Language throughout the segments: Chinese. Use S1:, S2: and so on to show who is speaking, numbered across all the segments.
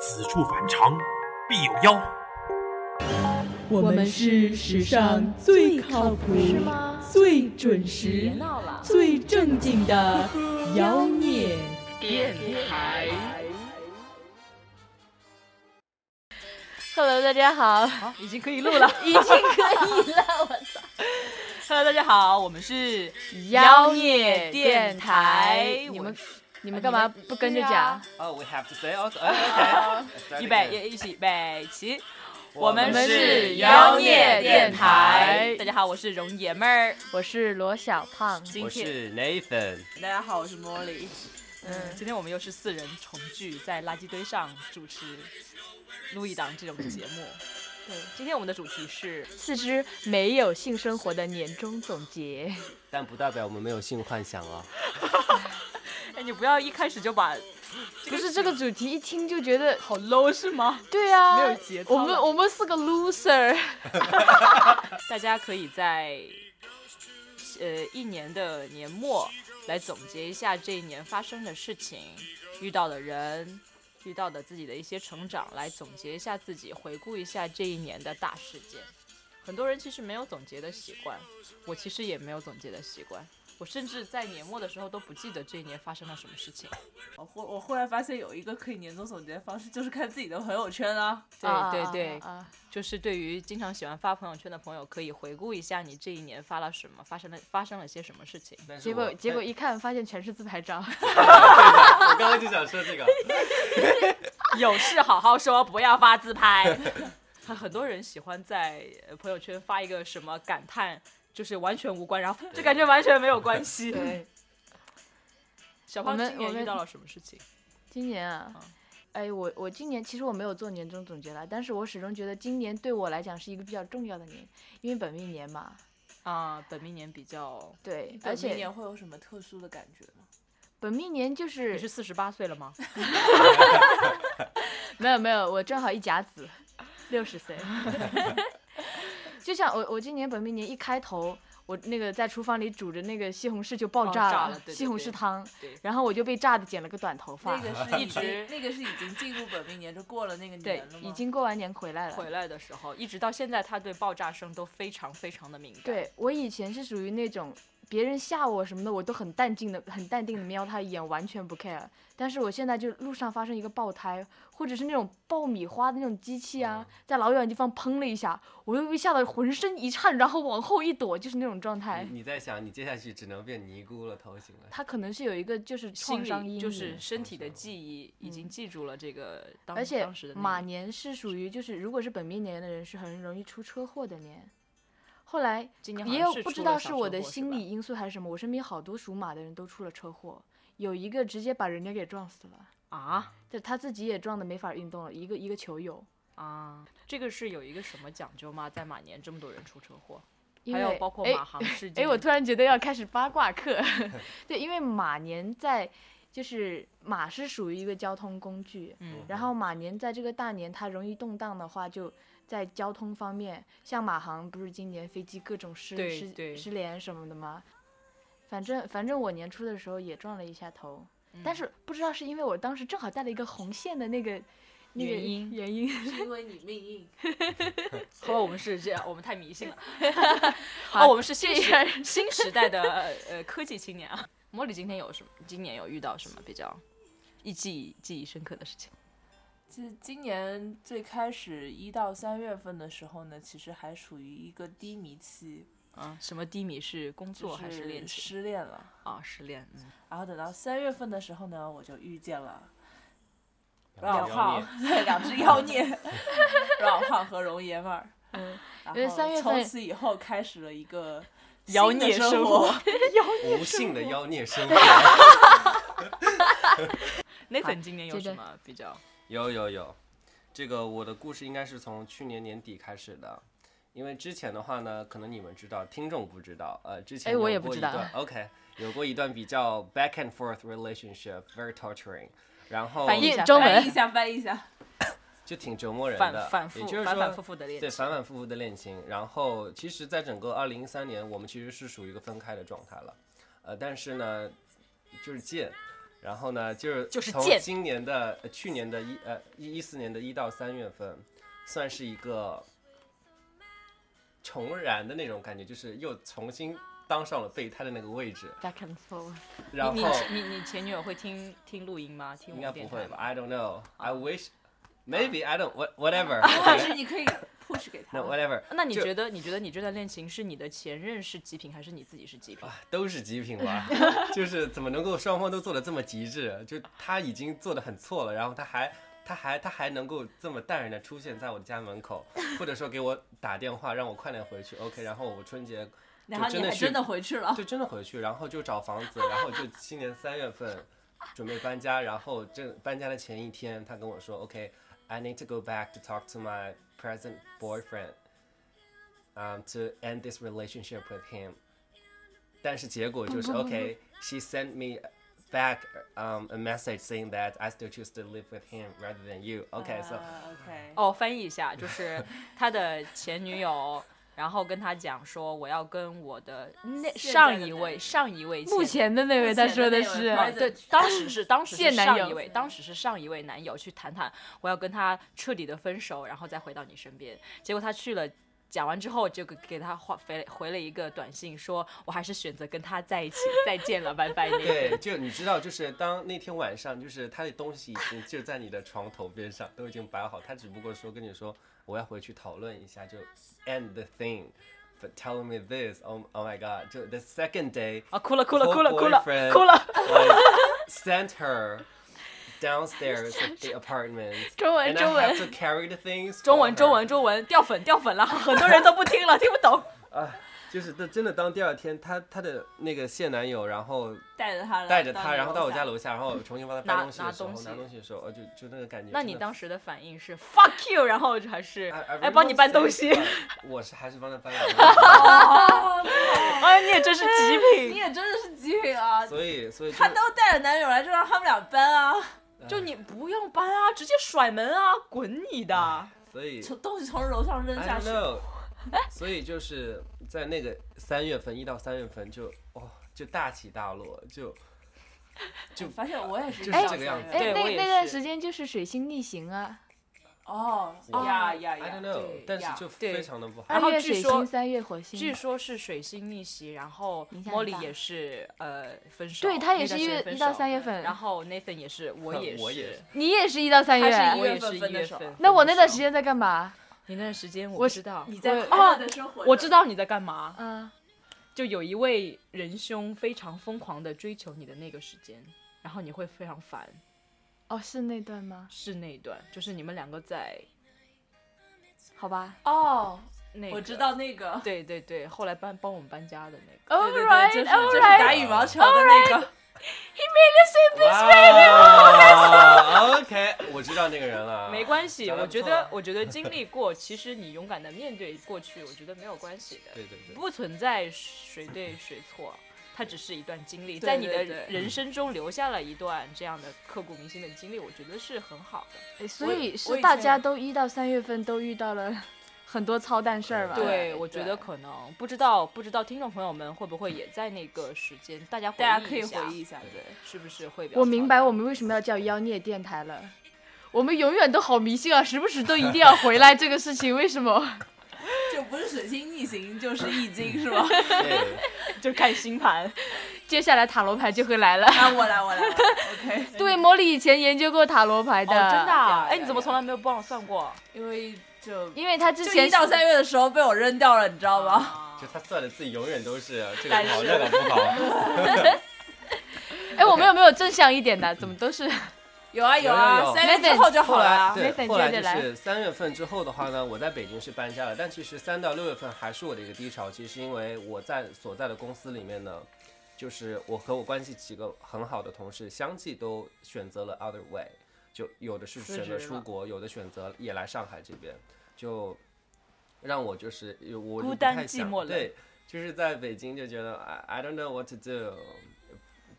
S1: 此处反常，必有妖。
S2: 我们是史上最靠谱、
S3: 是吗
S2: 最准时
S3: 别、闹了，
S2: 最正经 的妖孽。
S3: Hello，大家好，
S4: 好，已经可以录了。
S3: 已经可以了，我操！
S4: Hello，大家好，我们是
S3: 妖孽
S4: 孽
S3: 电台
S4: 台。
S3: 你
S4: 我
S3: 们
S4: 是
S3: 你们干嘛不跟着
S4: 是
S3: 讲
S4: 啊？
S5: Oh, we have to say okay. okay. Let's start
S4: 预备
S5: again.
S4: 一起预备起，
S5: 我
S4: 们
S3: 我们是
S4: 是
S3: 妖孽
S4: 孽
S3: 电台
S4: 大家好，我是容爷们儿。
S3: 我是罗小胖，
S4: 今
S5: 我
S4: 天，
S5: 是 Nathan，
S6: 大家好，我是茉莉。
S3: 嗯，
S4: 今天我们又是四人重聚在垃圾堆上主持录一档这种节目。对，今天我们的主题是
S3: 四肢没有性生活的年终总结。
S5: 但不代表我们没有性幻想啊。
S4: 哎，你不要一开始就把
S3: 不是这个主题一听就觉得，
S4: 好 low 是吗？
S3: 对啊，
S4: 没有节操
S3: 我们
S4: 了
S3: 我们是个 loser。
S4: 大家可以在呃一年的年末来总结一下这一年发生的事情、遇到的人、遇到的自己的一些成长，来总结一下自己，回顾一下这一年的大事件。很多人其实没有总结的习惯，我其实也没有总结的习惯。我甚至在年末的时候都不记得这一年发生了什么事情。
S6: 我忽我忽然发现有一个可以年终总结的方式，就是看自己的朋友圈啊。
S4: 对
S3: 啊
S4: 对对，
S3: 啊啊
S4: 就是对于经常喜欢发朋友圈的朋友，可以回顾一下你这一年发了什么，发生了发生了些什么事情。
S5: 但 是
S3: 结果
S5: 我
S3: 结果一看发现全是自拍照，
S5: 我刚刚就想说这个，
S4: 有事好好说，不要发自拍。 很多人喜欢在呃朋友圈发一个什么感叹，就是完全无关，然后就感觉完全没有关系。
S3: 对，
S4: 小
S3: 我
S4: 胖
S3: 们
S4: 今
S3: 我
S4: 年
S3: 们
S4: 遇到了什么事情？
S3: 今年啊
S4: 嗯，
S3: 哎，我我今年其实我没有做年终总结了，但是我始终觉得今年对我来讲是一个比较重要的年，因为本命年嘛，
S4: 啊，本命年比较，
S3: 对，而
S6: 本命
S3: 且
S6: 年会有什么特殊的感觉吗？
S3: 本命年就
S4: 你
S3: 是
S4: 是四十八岁了吗？
S3: 没有没有，我正好一甲子，六十岁。 就像我我今年本命年一开头，我那个在厨房里煮着那个西红柿就爆
S4: 爆
S3: 炸
S4: 炸了对
S3: 西
S4: 对
S3: 红
S4: 对
S3: 柿汤
S4: 对，
S3: 然后我就被炸的剪了个短头发。
S6: 那个是已
S4: 一直
S6: 经那个是已经进入本命年，就过了那个
S3: 对
S6: 年了，吗？
S3: 已经过完年回来了。
S4: 回来的时候，一直到现在，他对爆炸声都非常非常的敏感。，
S3: 对我以前是属于那种别人吓我什么的，我都很淡定的、很淡定的瞄他一眼，完全不 care。但是我现在就路上发生一个爆胎，或者是那种爆米花的那种机器
S4: 哦
S3: 啊，在老远的地方砰了一下，我又被吓得浑身一颤，然后往后一躲，就是那种状态。
S4: 嗯
S5: 你你在想，你接下去只能变尼姑了，头型了。
S3: 他可能是有一个就是创伤
S4: 心
S3: 阴
S4: 里
S3: 影，
S4: 就是身
S5: 创
S4: 体的
S5: 伤
S4: 记忆已经
S3: 嗯
S4: 记住了这个当
S3: 而且
S4: 哦当时的那
S3: 马
S4: 个
S3: 年是属于就是如果是本命年的人是很容易出车祸的年。后来
S4: 今年好
S3: 也
S4: 像
S3: 有
S4: 是
S3: 不
S4: 出
S3: 知
S4: 了
S3: 道
S4: 小
S3: 是
S4: 车
S3: 我的
S4: 祸
S3: 心
S4: 吧
S3: 理因素还是什么，我身边好多属马的人都出了车祸，有一个直接把人家给撞死了，
S4: 啊
S3: 就他自己也撞得没法运动了，一个一个球友，
S4: 啊，这个是有一个什么讲究吗？在马年这么多人出车祸？
S3: 因
S4: 还有
S3: 为
S4: 包括
S3: 哎
S4: 马航事件。
S3: 哎，我突然觉得要开始八卦 课，对，因为马年在就是马是属于一个交通工具，
S4: 嗯
S3: 然后马年在这个大年它容易动荡的话，就在交通方面，像马航不是今年飞机各种失
S4: 对
S3: 失
S4: 对
S3: 失联什么的吗？反正反正我年初的时候也撞了一下头，
S4: 嗯
S3: 但是不知道是因为我当时正好带了一个红线的那个那个
S4: 原因
S3: 原 因，
S6: 是因为你命硬。
S4: 后来我们是这样，我们太迷信了。
S3: 好
S4: 哦，我们是新
S3: 这
S4: 时新时代的呃呃科技青年啊。茉莉今天有什么？今年有遇到什么比较一记忆记忆深刻的事情？
S6: 其实今年最开始一到三月份的时候呢，其实还属于一个低迷期，
S4: 啊，什么低迷是工
S6: 就
S4: 作还是恋情
S6: 失恋了。
S4: 啊？失恋，嗯，
S6: 然后等到三月份的时候呢，我就遇 见了
S5: 两
S6: 老
S5: 号
S6: 胖，对，两只妖孽， 老胖和容爷们儿。
S3: 嗯，
S6: 然
S3: 因为
S6: 后
S3: 三月
S6: 从
S3: 份
S6: 此以后开始了一个新
S4: 妖
S6: 的
S4: 孽
S6: 生
S4: 生活。
S5: 无性的妖 孽生活。
S4: Nathan 今年有
S3: 接着
S4: 什么比较？
S5: 有有有，这个我的故事应该是从去年年底开始的，因为之前的话呢，可能你们知道，听众不知道，呃，之前
S3: 哎我
S5: 有
S3: 也不
S5: 过
S3: 知
S5: 一
S3: 道
S5: 段 OK，有过一段比较 back and forth relationship very torturing，然后
S4: 翻译一
S3: 印
S4: 下
S3: 中
S6: 翻译
S3: 文
S6: 一下，翻译一下。
S5: 就挺折磨人
S4: 反
S5: 的，
S4: 反
S5: 也
S4: 复
S5: 就是
S4: 反
S5: 说
S4: 反复复的恋
S5: 对，
S4: 情，
S5: 反反复复的恋情。然后，其实，在整个二零一三年，我们其实是属于一个分开的状态了。呃，但是呢，就是见，然后呢，就是
S4: 就是
S5: 从
S4: 贱
S5: 今年的、呃去年的一呃一一四年的一到三月份，算是一个重燃的那种感觉，就是又重新当上了备胎的那个位置。
S3: back and forth。
S5: 然
S4: 你
S5: 后
S4: 你你前女友会听听录音吗？听我
S5: 应该
S4: 们电
S5: 不会
S4: 台
S5: 吧
S4: 吗？
S5: ？I don't know. I wish. Maybe I don't. What whatever.
S6: 但是你可以 push 给他
S5: No。whatever.
S4: 那你
S5: 就
S4: 觉得你觉得你这段恋情是你的前任是极品，还是你自己是极品？
S5: 啊都是极品 吧，就是怎么能够双方都做的这么极致？就他已经做的很错了，然后他还他还他还能够这么淡然的出现在我的家门口，或者说给我打电话让我快点回去。OK，然后我春节
S6: 然后
S5: 就
S6: 你
S5: 真的
S6: 还
S5: 是
S6: 真的回去了，
S5: 就真的回去，然后就找房子，然后就今年三月份准备搬家，然后这搬家的前一天，他跟我说，OK，I、need to go back to talk to my present boyfriend, um, to end this relationship with him。但是结果就是，OK，she、sent me back um a message saying that I still choose to live with him rather than you。OK，so、
S6: 啊 OK，
S4: 哦，翻译一 下，就是他的前女友，然后跟他讲说我要跟我的那
S6: 现在
S4: 上
S6: 的
S4: 一
S6: 男
S4: 位
S6: 友
S4: 上一位
S3: 目
S4: 前
S3: 前的那位，他说的
S6: 目前的
S3: 是
S6: 那位
S4: 啊，对， 当时是当时是
S3: 现男
S4: 上
S3: 友
S4: 一位，当时是上一位男友去谈谈，我要跟他彻底的分手，然后再回到你身边。结果他去了。讲完之后，就给给他回回回了一个短信，说我还是选择跟他在一起，再见了，拜拜。
S5: 对，就你知道，就是当那天晚上，就是他的东西已经就在你的床头边上，都已经摆好，他只不过说跟你说我要回去讨论一下，就 end the thing。But tell me this, oh oh my god！就 the second day,
S4: 啊，哭了哭了
S5: Her
S4: 哭了哭了
S5: boyfriend
S4: 哭了，
S5: like sent her downstairs at the apartment,
S3: 中文
S5: and
S3: 中
S5: I have
S3: 文
S5: to carry the things.
S4: 中
S5: for
S4: 文中
S5: her
S4: 文中文掉粉掉粉了，很多人都不听了，听不懂。
S5: 就是他真的当第二天，他他的那个现男友，然后
S6: 带着他，
S5: 带着他，
S6: 你
S5: 然后到我
S6: 楼
S5: 家
S6: 下
S5: 楼下，然后我重新 帮他
S4: 拿
S5: 搬东西
S4: 拿
S5: 的时候，
S4: 东西
S5: 拿东西的时候，哦，就就那个感觉真的。啊
S4: 那你当时的反应是 fuck you，然后还是
S5: I- I
S4: 哎帮你搬东西
S5: really，said- 呃我是还是帮他搬了东
S4: 哎你也真是 极
S6: 你
S4: 品，
S6: 也真的是极品啊
S5: 西，！所以所以就
S6: 她都带着男友来，就让他们俩搬啊，
S4: 就你不用搬啊，直接甩门啊，滚你的！
S5: 所以
S6: 从东西从楼上扔
S5: I
S6: 下
S5: don't
S6: 去。
S5: know，所以就是在那个三月份一到三月份就哦就大起大落，就就
S6: 发现我也是
S5: 就是
S6: 这
S5: 这个样子
S3: 哎，
S4: 对我
S3: 那
S4: 也
S3: 那段
S4: 是
S3: 时间就是水星逆行啊，
S6: 哦
S5: 我
S6: 呀呀
S5: I don't
S6: 呀！
S5: know，
S4: 哎对
S5: 但是
S6: 呀
S5: 就
S4: 对哎
S5: 非常的不好。
S4: 然后
S3: 二月
S4: 据
S3: 水
S4: 说
S3: 星，三月火星，
S4: 据说是水星逆袭，然后
S3: 影响
S4: 莫
S3: 很
S4: 莉
S3: 大
S4: 也是呃分手，
S3: 对他也
S4: 那
S3: 是
S4: 段
S3: 一
S4: 时间
S3: 月
S4: 分
S3: 一到
S4: 手
S3: 三月份，
S4: 然后 Nathan 也是，我也
S5: 我也
S4: 是
S5: 是，
S3: 你也是一到三
S6: 他
S3: 月啊
S6: 是一，
S4: 我
S6: 月
S4: 也
S6: 份
S4: 是一
S6: 分的
S4: 月
S6: 手
S4: 份分的手。
S3: 那我那段时间在干嘛？
S4: 你那段时间我
S3: 我
S4: 不
S3: 是
S4: 知道，
S6: 你在
S3: 我
S6: 快乐的生活着，
S4: 我知道你在干嘛，
S3: 嗯，
S4: 就有一位仁兄非常疯狂的追求你的那个时间，然后你会非常烦，
S3: 哦，是那段吗？
S4: 是那一段，就是你们两个在
S3: 好吧
S6: 哦，
S4: 那个，
S6: 我知，道那个，
S4: 对对对，后来搬帮我们搬家的那个，
S3: ，All
S6: 对对，就是
S3: right,
S6: 就
S3: All
S6: 是
S3: right，
S6: 打羽毛球的那个，
S5: 哇 OK，我知道那个人了，
S4: 没关系，
S5: 长啊得
S4: 我
S5: 不
S4: 觉
S5: 错
S4: 得
S5: 啊，
S4: 我觉得经历过，其实你勇敢的面对过去，我觉得没有关系 的，
S5: 对对对，
S4: 不存在谁对谁错，它只是一段经历，
S6: 对
S4: 在你的
S6: 对对
S4: 人生中留下了一段这样的刻骨铭心的经历，我觉得是很好的。
S3: 哎所以
S6: 我
S3: 是
S6: 以
S3: 大
S6: 前
S3: 家都一到三月份都遇到了很多操蛋事儿吧？
S5: 对
S4: 对，我觉
S6: 对
S4: 得可能不知道，不知道听众朋友们会不会也在那个时间，大家回
S6: 大
S4: 忆
S6: 家可以
S4: 一下
S6: 回忆一，下，对。
S4: 是不是会比较
S3: 我明白
S4: 操
S3: 我们为什么要叫妖孽电台了。我们永远都好迷信啊，时不时都一定要回来这个事情，为什么？
S6: 就不是水星逆行，就是易经， 是吗？
S5: 对，
S4: 蛋就看星盘，
S3: 接下来塔罗牌就会来了。
S6: 啊，我来，我来我来，OK。
S3: 对，魔力以前研究过塔罗牌的，
S4: 哦，真的啊
S6: 呀？
S4: 哎，
S6: 呀
S4: 你怎么
S6: 呀
S4: 从来没有帮我算过？
S6: 因为就
S3: 因为他之
S6: 就
S3: 前
S6: 一到三月的时候被我扔掉了，你知道吗？
S4: 啊
S5: 就他算的自己永远 都是这个
S4: 单
S5: 不好
S4: 身
S5: 那个不 好，
S3: 哎，我们有没有正向一点的？怎么都 是
S6: 有
S4: 哎
S6: 啊有
S5: 有有
S6: 啊，
S5: 有
S6: 三月之后就好
S5: 后
S6: 了
S5: 来
S6: 啊。
S5: 对，
S3: Nathan
S5: 后来
S3: 接
S5: 就
S3: 着来
S5: 是三月份之后的话呢，我在北京是搬家了，但其实三到六月份还是我的一个低潮期，是因为我在所在的公司里面呢，就是我和我关系几个很好的同事相继都选择了 other way，就有的是
S4: 辞
S5: 选择
S4: 职
S5: 出
S4: 了
S5: 国，有的选择也来上海这边，就让我就是我就
S4: 孤
S5: 不
S4: 单
S5: 太
S4: 寂
S5: 想
S4: 寞冷
S5: 对，就是在北京就觉得哎 I I don't know what to do。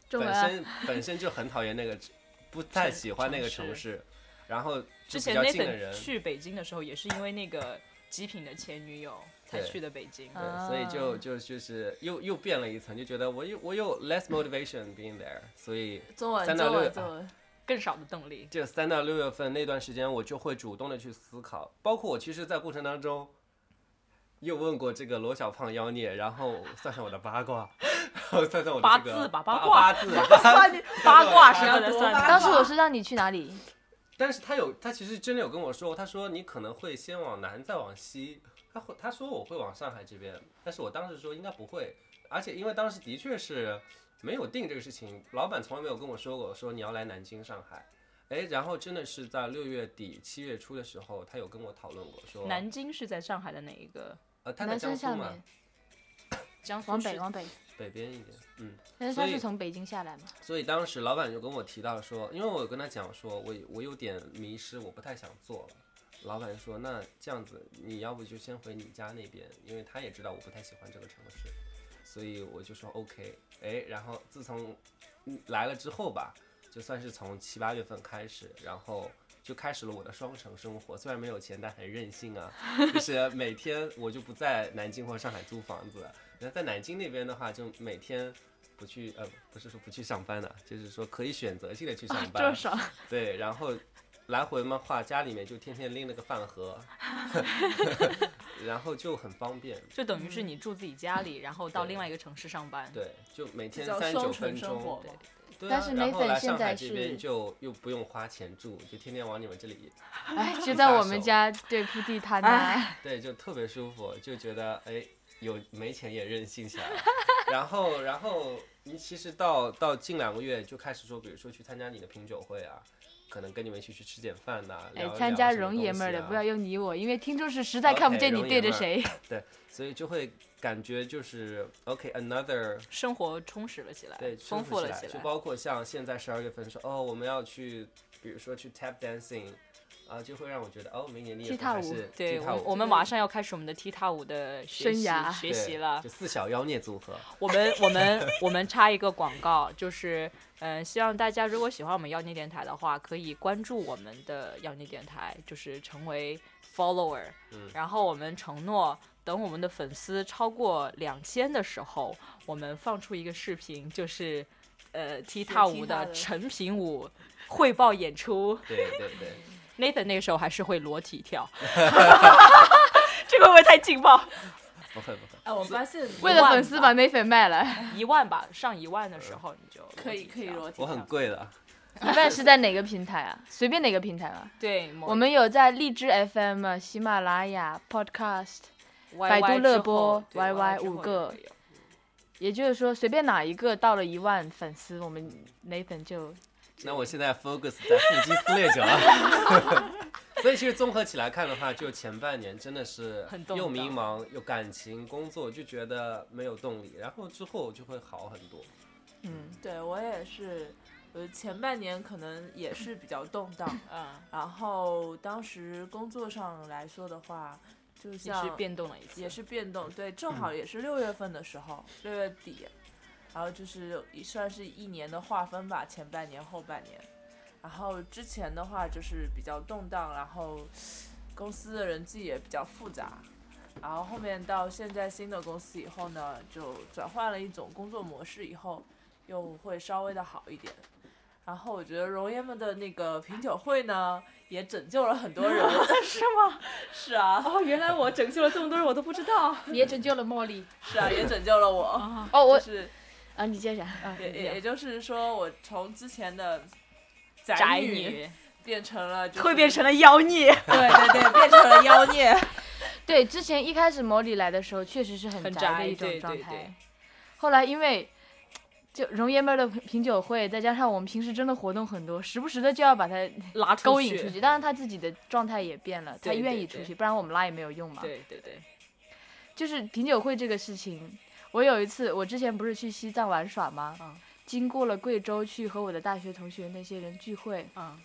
S3: 中文
S5: 本
S3: 啊？
S5: 身本身就很讨厌那个城，不太喜欢那个
S4: 城
S5: 城市，然后
S4: 之
S5: 就比
S4: 前
S5: 较近的
S4: Nathan
S5: 人，
S4: 去北京的时候，也是因为那个极品的前女友，才去的北京。
S5: 对，
S6: 嗯
S5: 所以
S4: 啊
S5: 就就就是又又变了一层，就觉得我又我有 less motivation being there，所以
S6: 中文
S5: 三到
S6: 中
S5: 六
S6: 文
S5: 月
S6: 中文，
S4: 更少的动力。
S5: 这三到六月份那段时间，我就会主动的去思考，包括我其实，在过程当中，又问过这个罗小胖妖孽，然后算算我的八卦， 然后算算我的
S4: 八
S5: 这个
S4: 字吧
S5: 八
S4: 八卦
S5: 八字八字
S4: 八卦什么的
S6: 多
S4: 算
S6: 八
S4: 的。
S3: 当时我是让你去哪里？
S5: 但是他有，他其实真的有跟我说，他说你可能会先往南，再往西。他会他说我会往上海这边，但是我当时说应该不会，而且因为当时的确是没有定这个事情，老板从来没有跟我说过说你要来南京、上海。哎，然后真的是在六月底七月初的时候，他有跟我讨论过说，
S4: 南京是在上海的哪一个？
S5: 呃他在
S3: 南
S5: 江
S3: 山
S5: 苏
S3: 下
S5: 嘛
S3: 面，，
S4: 江苏
S3: 往
S4: 是
S3: 北，往北。
S5: 北边一点，嗯，
S3: 南
S5: 所
S3: 山
S5: 以
S3: 是从北京下来嘛？
S5: 所以当时老板就跟我提到说，因为我有跟他讲说，我我有点迷失，我不太想做了。老板说，那这样子，你要不就先回你家那边，因为他也知道我不太喜欢这个城市，所以我就说 OK。哎，然后自从嗯来了之后吧，就算是从七八月份开始，然后就开始了我的双城生活。虽然没有钱，但很任性啊， 就是每天我就不在南京或上海租房子，那在南京那边的话，就每天不去呃，不是说不去上班的、就是说可以选择性的去上班，
S3: 少。
S5: 对，然后来回嘛话，家里面就天天拎了个饭 盒， 然后就很方便。
S4: 就等于是你住自己家里，然后到另外一个城市上班。
S5: 嗯对，就每天
S6: 这叫
S5: 三九
S6: 双
S5: 分
S6: 重生活
S5: 钟，
S6: 嘛。
S5: 对
S3: 但
S5: 啊
S3: 是
S5: 然后
S3: Nathan
S5: 来
S3: 现
S5: 上海
S3: 在
S5: 这
S3: 是
S5: 边就又不用花钱住，就天天往你们这里，
S3: 哎，就在我们家对铺地摊呐。哎
S5: 对，就特别舒服，就觉得哎，有没钱也任性起来了。然后，然后你其实到到近两个月就开始说，比如说去参加你的品酒会啊，可能跟你们一起去吃点饭呐、
S3: 哎
S5: 聊，一
S3: 参
S5: 聊
S3: 加
S5: 什么
S3: 容
S5: 东
S3: 爷
S5: 西
S3: 们儿的
S5: 啊
S3: 不要用你我，因为听众是实在看不
S5: OK，
S3: 见你
S5: 容
S3: 对
S5: 爷
S3: 着
S5: 们儿
S3: 谁。
S5: 对，所以就会感觉就是 OK another
S4: 生活充实了起来，
S5: 对
S4: 丰
S5: 丰
S4: 富
S5: 富
S4: 了
S5: 起
S4: 来
S5: 就。包括像现在十二月份说哦我们要去，比如说去 tap dancing，啊就会让我觉得哦明年你也
S3: 踢踏
S5: 还
S3: 舞
S5: 是
S4: 对，
S5: 踢踏
S4: 我
S5: 舞
S4: 我们马上要开始我们的踢踏舞的学习
S3: 生涯
S4: 学习
S5: 对
S4: 了
S5: 就。四小妖孽 组合，
S4: 我们我们我们插一个广告，就是嗯、呃希望大家如果喜欢我们妖孽电台的话，可以关注我们的妖孽电台，就是成为 follower。
S5: 嗯
S4: 然后我们承诺，等我们的粉丝超过两千的时候，我们放出一个视频，就是呃踢踏舞
S6: 踢踏
S4: 的
S6: 的
S4: 成品舞汇报演出。
S5: 对对对。
S4: Nathan 那个时候还是会裸体跳，这个会不会太劲爆？
S5: 不会不 会，
S6: 哎，我发现
S3: 为了粉丝把奶粉卖了，
S4: 一万吧，上一万的时候你就
S6: 可以
S4: 裸体
S6: 可以
S4: 跳
S6: 裸体
S5: 我
S6: 跳，
S5: 很贵的。
S3: 一万是在哪个平台啊？随便哪个平台吧。
S4: 对，某
S3: 我们有在荔枝 FM、喜马拉雅、Podcast，
S4: YY
S3: 百度乐
S4: 之后
S3: 播
S4: 对
S3: YY
S4: YY 之后
S3: 五
S4: 也
S3: 个
S4: 会有
S3: 也就是说随便哪一个到了一万粉丝，我们奶粉就
S5: 那我现在 focus 在腹肌撕裂者了。 所以其实综合起来看的话，就前半年真的是
S4: 很动荡
S5: 又迷茫又感情工作，就觉得没有动力，然后之后就会好很多。
S3: 嗯，
S6: 对我也是，呃，前半年可能也是比较动荡，
S4: 嗯，
S6: 然后当时工作上来说的话，就
S4: 也
S6: 像
S4: 是变动了一次，
S6: 也是变动，对，正好也是六月份的时候，六月底，然后就是也算是一年的划分吧，前半年、后半年。然后之前的话就是比较动荡，然后公司的人际也比较复杂。然后后面到现在新的公司以后呢，就转换了一种工作模式以后，又会稍微的好一点。然后我觉得容爷们的那个品酒会呢，也拯救了很多人。
S4: 是吗？
S6: 是啊，
S4: 哦，原来我拯救了这么多人，我都不知道。
S3: 你也拯救了茉莉
S6: 是啊，也拯救了我。
S3: 哦，我
S6: 就是
S3: 啊，你接着，
S6: 也也也就是说，我从之前的
S4: 宅
S6: 女
S4: 女
S6: 变成了、就是，
S4: 会变成了妖孽，
S6: 对对对，变成了妖 孽。
S3: 对，之前一开始魔里来的时候，确实是
S4: 很
S3: 很
S4: 宅
S3: 宅的一种
S4: 对
S3: 状
S4: 对
S3: 态。
S4: 对
S3: 后来因为就容爷们儿的品酒会，再加上我们平时真的活动很多，时不时的就要把他
S4: 拉出
S3: 勾引
S4: 去
S3: 出去。当然他自己的状态也变了，他
S4: 对
S3: 愿
S4: 对
S3: 意出
S4: 对
S3: 去，不然我们拉也没有用嘛。
S4: 对对对，
S3: 就是品酒会这个事情，我有一次，我之前不是去西藏玩耍吗？
S4: 嗯
S3: 经过了贵州，去和我的大学同学那些人聚会，
S4: 嗯，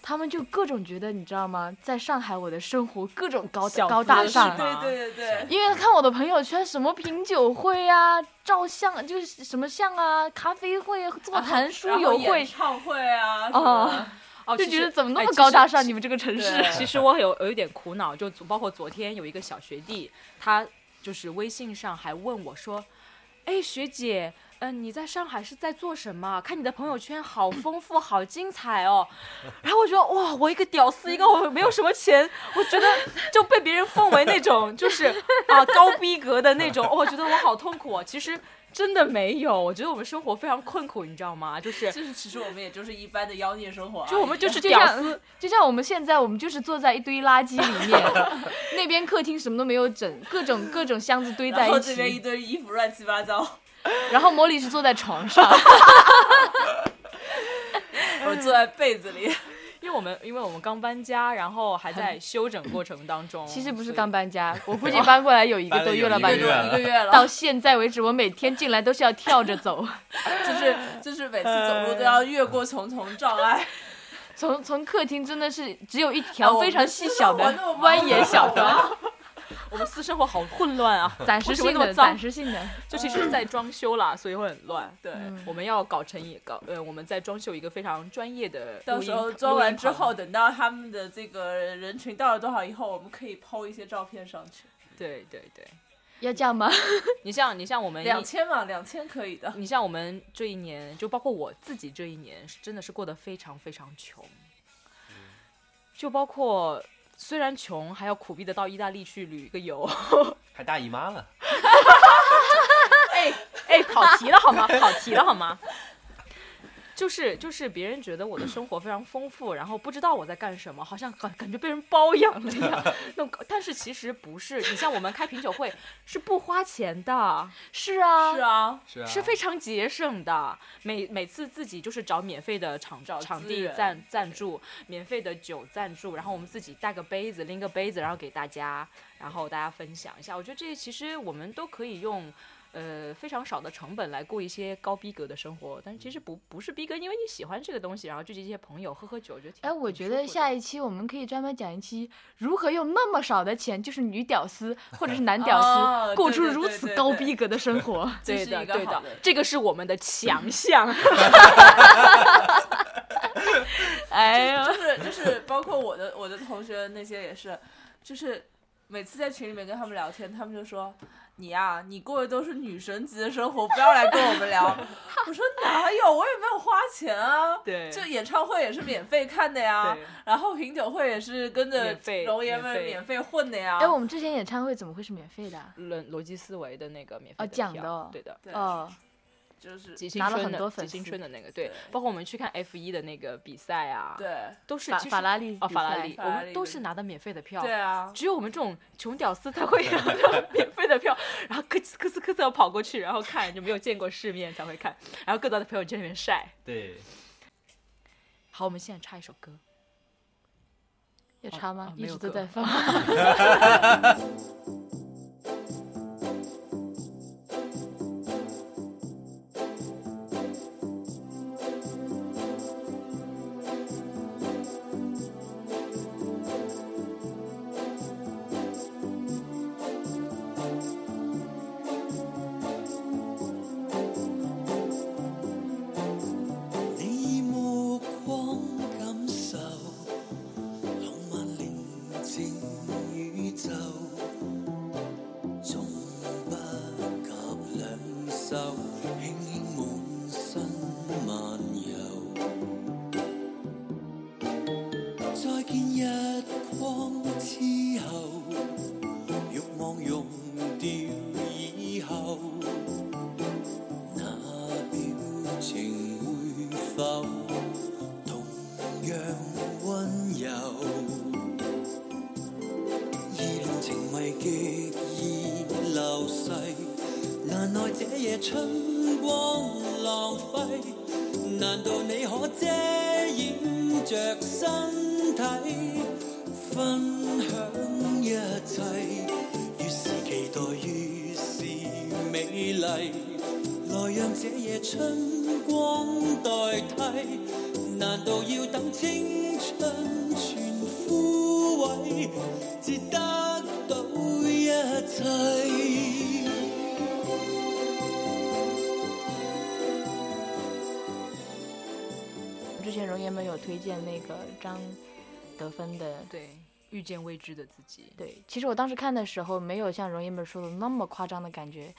S3: 他们就各种觉得，你知道吗？在上海我的生活各种高
S4: 小
S3: 高
S4: 资
S3: 大
S4: 是
S3: 上，
S4: 吗
S6: 对对对对，
S3: 因为看我的朋友圈，什么品酒会啊、照相就是什么相啊、咖啡会、座谈、 书
S6: 然后
S3: 友
S6: 演
S3: 会，
S6: 唱会啊什么的
S3: 哦，
S4: 哦，
S3: 就
S4: 其
S3: 觉
S4: 实
S3: 得怎么那
S4: 哎
S3: 么
S4: 其
S3: 高
S4: 实
S3: 大上？你们这个城市
S6: 对
S4: 其实我有有一点苦恼，就昨包括昨天有一个小学弟，他就是微信上还问我说，哎，学姐，嗯、你在上海是在做什么？看你的朋友圈好丰富，好精彩哦。然后我觉得哇，我一个屌丝，一个我没有什么钱，我觉得就被别人奉为那种就是啊高逼格的那种，哦我觉得我好痛苦、哦。其实真的没有，我觉得我们生活非常困苦，你知道吗？就是
S6: 就是其实我们也就是一般的妖孽生活而已，啊
S4: 就我们就是
S3: 就
S4: 屌
S3: 像
S4: 丝，
S3: 就像我们现在，我们就是坐在一堆垃圾里面， 那边客厅什么都没有整，各种各种箱子堆在
S6: 然后
S3: 一
S6: 这边一
S3: 起，
S6: 堆衣服乱七八糟，
S3: 然后莫莉是坐在床上，
S6: 我坐在被子里，
S4: 因为我们因为我们刚搬家，然后还在休整过程当中。
S3: 其实不是
S4: 所以
S3: 刚搬家，我估计搬过来有一个多月了吧，
S5: 搬了有一个月
S6: 一个月 了，
S3: 到现在为止，我每天进来都是要跳着走，
S6: 就是就是每次走路都要越过重重障 碍，
S3: 从从客厅真的是只有一
S6: 啊
S3: 条
S6: 我
S3: 非常细小的
S6: 们是
S3: 蜿蜒小道，
S4: 我们私生活好混乱 啊，
S3: 暂时
S4: 为什么
S3: 性
S4: 那么
S3: 的，
S4: 脏
S3: 暂？时性的，
S4: 就其实 在装修啦，所以会很乱。对，
S3: 嗯
S4: 我们要搞成一搞，呃，我们在装修一个非常专业的录音。
S6: 到时候装完之
S4: 录
S6: 后，
S4: 音
S6: 等到他们的这个人群到了多少以后，我们可以抛一些照片上去。
S4: 棚，对对对，
S3: 要这样吗？
S4: 你像你像我们一
S6: 两千嘛，两千可以的。
S4: 你像我们这一年，就包括我自己这一年，是真的是过得非常非常穷。就包括虽然穷，还要苦逼的到意大利去旅个游。
S5: 还大姨妈了，
S4: 哎哎，跑题了好吗？跑题了好吗？就是就是，别人觉得我的生活非常丰富，然后不知道我在干什么，好像感感觉被人包养了一样。那种但是其实不是，你像我们开品酒会是不花钱的，
S3: 是啊，
S6: 是啊，
S5: 是啊，
S4: 是非常节省的。每每次自己就是找免费的场
S6: 找
S4: 场
S6: 资
S4: 地
S6: 源
S4: 赞赞助，免费的酒赞助，然后我们自己带个杯子，拎个杯子，然后给大家，然后大家分享一下。我觉得这其实我们都可以用。呃，非常少的成本来过一些高逼格的生活，但是其实不不是逼格，因为你喜欢这个东西，然后聚集一些朋友喝喝酒，我觉得挺。
S3: 哎，我觉
S4: 挺舒
S3: 得
S4: 服的
S3: 下一期我们可以专门讲一期如何用那么少的钱，就是女屌丝或者是男屌
S6: 哦
S3: 丝，过
S6: 对
S3: 出
S6: 对
S3: 如
S6: 对
S3: 此
S6: 对
S3: 高
S6: 对
S3: 逼格的生活。
S6: 这
S4: 对
S6: 是
S4: 的
S6: 一个
S4: 对的
S6: 好的，
S4: 这个是我们的强 项。
S3: 哎呀，
S6: 就是就是包括我的我的同学那些也是，就是每次在群里面跟他们聊天，他们就说你呀、你过的都是女神级的生活，不要来跟我们 聊。我说哪有，我也没有花钱啊。
S4: 对
S6: 就演唱会也是免费看的
S3: 啊
S6: 呀
S4: 对，
S6: 然后品酒会也是跟着
S4: 免费
S6: 容爷
S4: 免
S6: 们
S4: 费
S6: 免费混的呀。
S3: 哎，我们之前演唱会怎么会是免费的啊？
S4: 逻逻辑思维的那个免费
S3: 哦讲
S4: 票
S3: 的哦
S4: 对的，
S6: 对，
S3: 哦，
S6: 就是
S4: 几青
S3: 拿了
S4: 春
S3: 很
S4: 的
S3: 多
S4: 几
S3: 粉
S4: 青
S3: 丝
S4: 春的那个，对
S6: 对，
S4: 包括我们去看 F 一的那个比赛啊，，
S6: 对
S4: 都是
S3: 法
S4: 其实
S3: 法拉利
S4: 哦，
S3: 比
S4: 法拉
S3: 赛
S4: 利，
S6: 法
S4: 我
S6: 拉
S4: 们
S6: 利
S4: 都
S6: 对
S4: 是拿的免费的票，
S6: 对啊，
S4: 只有我们这种穷屌丝才会拿到免费的票，然后咯哧咯哧咯哧地跑过去，然后看就没有见过世面才会看，然后各到的朋友圈里面晒。
S5: 对，
S4: 好，我们现在插一首歌，
S3: 有差吗
S4: 哦？没
S3: 一
S4: 有
S3: 直都
S4: 歌
S3: 在放。
S7: 你目光感受浪漫寧靜宇宙，從不及兩手輕輕滿身漫遊。再見日光之後，慾望溶掉以後。那表情會否同樣溫柔？意亂情迷極易流逝，難耐這夜春光浪費。難道你可遮掩着身體，分享一切？越是期待，越是美麗。來讓這夜春光代替，難道要等青春全枯萎，至得到一切？
S3: 之前容爷们有推荐那个张德芬的
S4: 对，遇见未知的自己。
S3: 对，其实我当时看的时候，没有像容爷们说的那么夸张的感觉，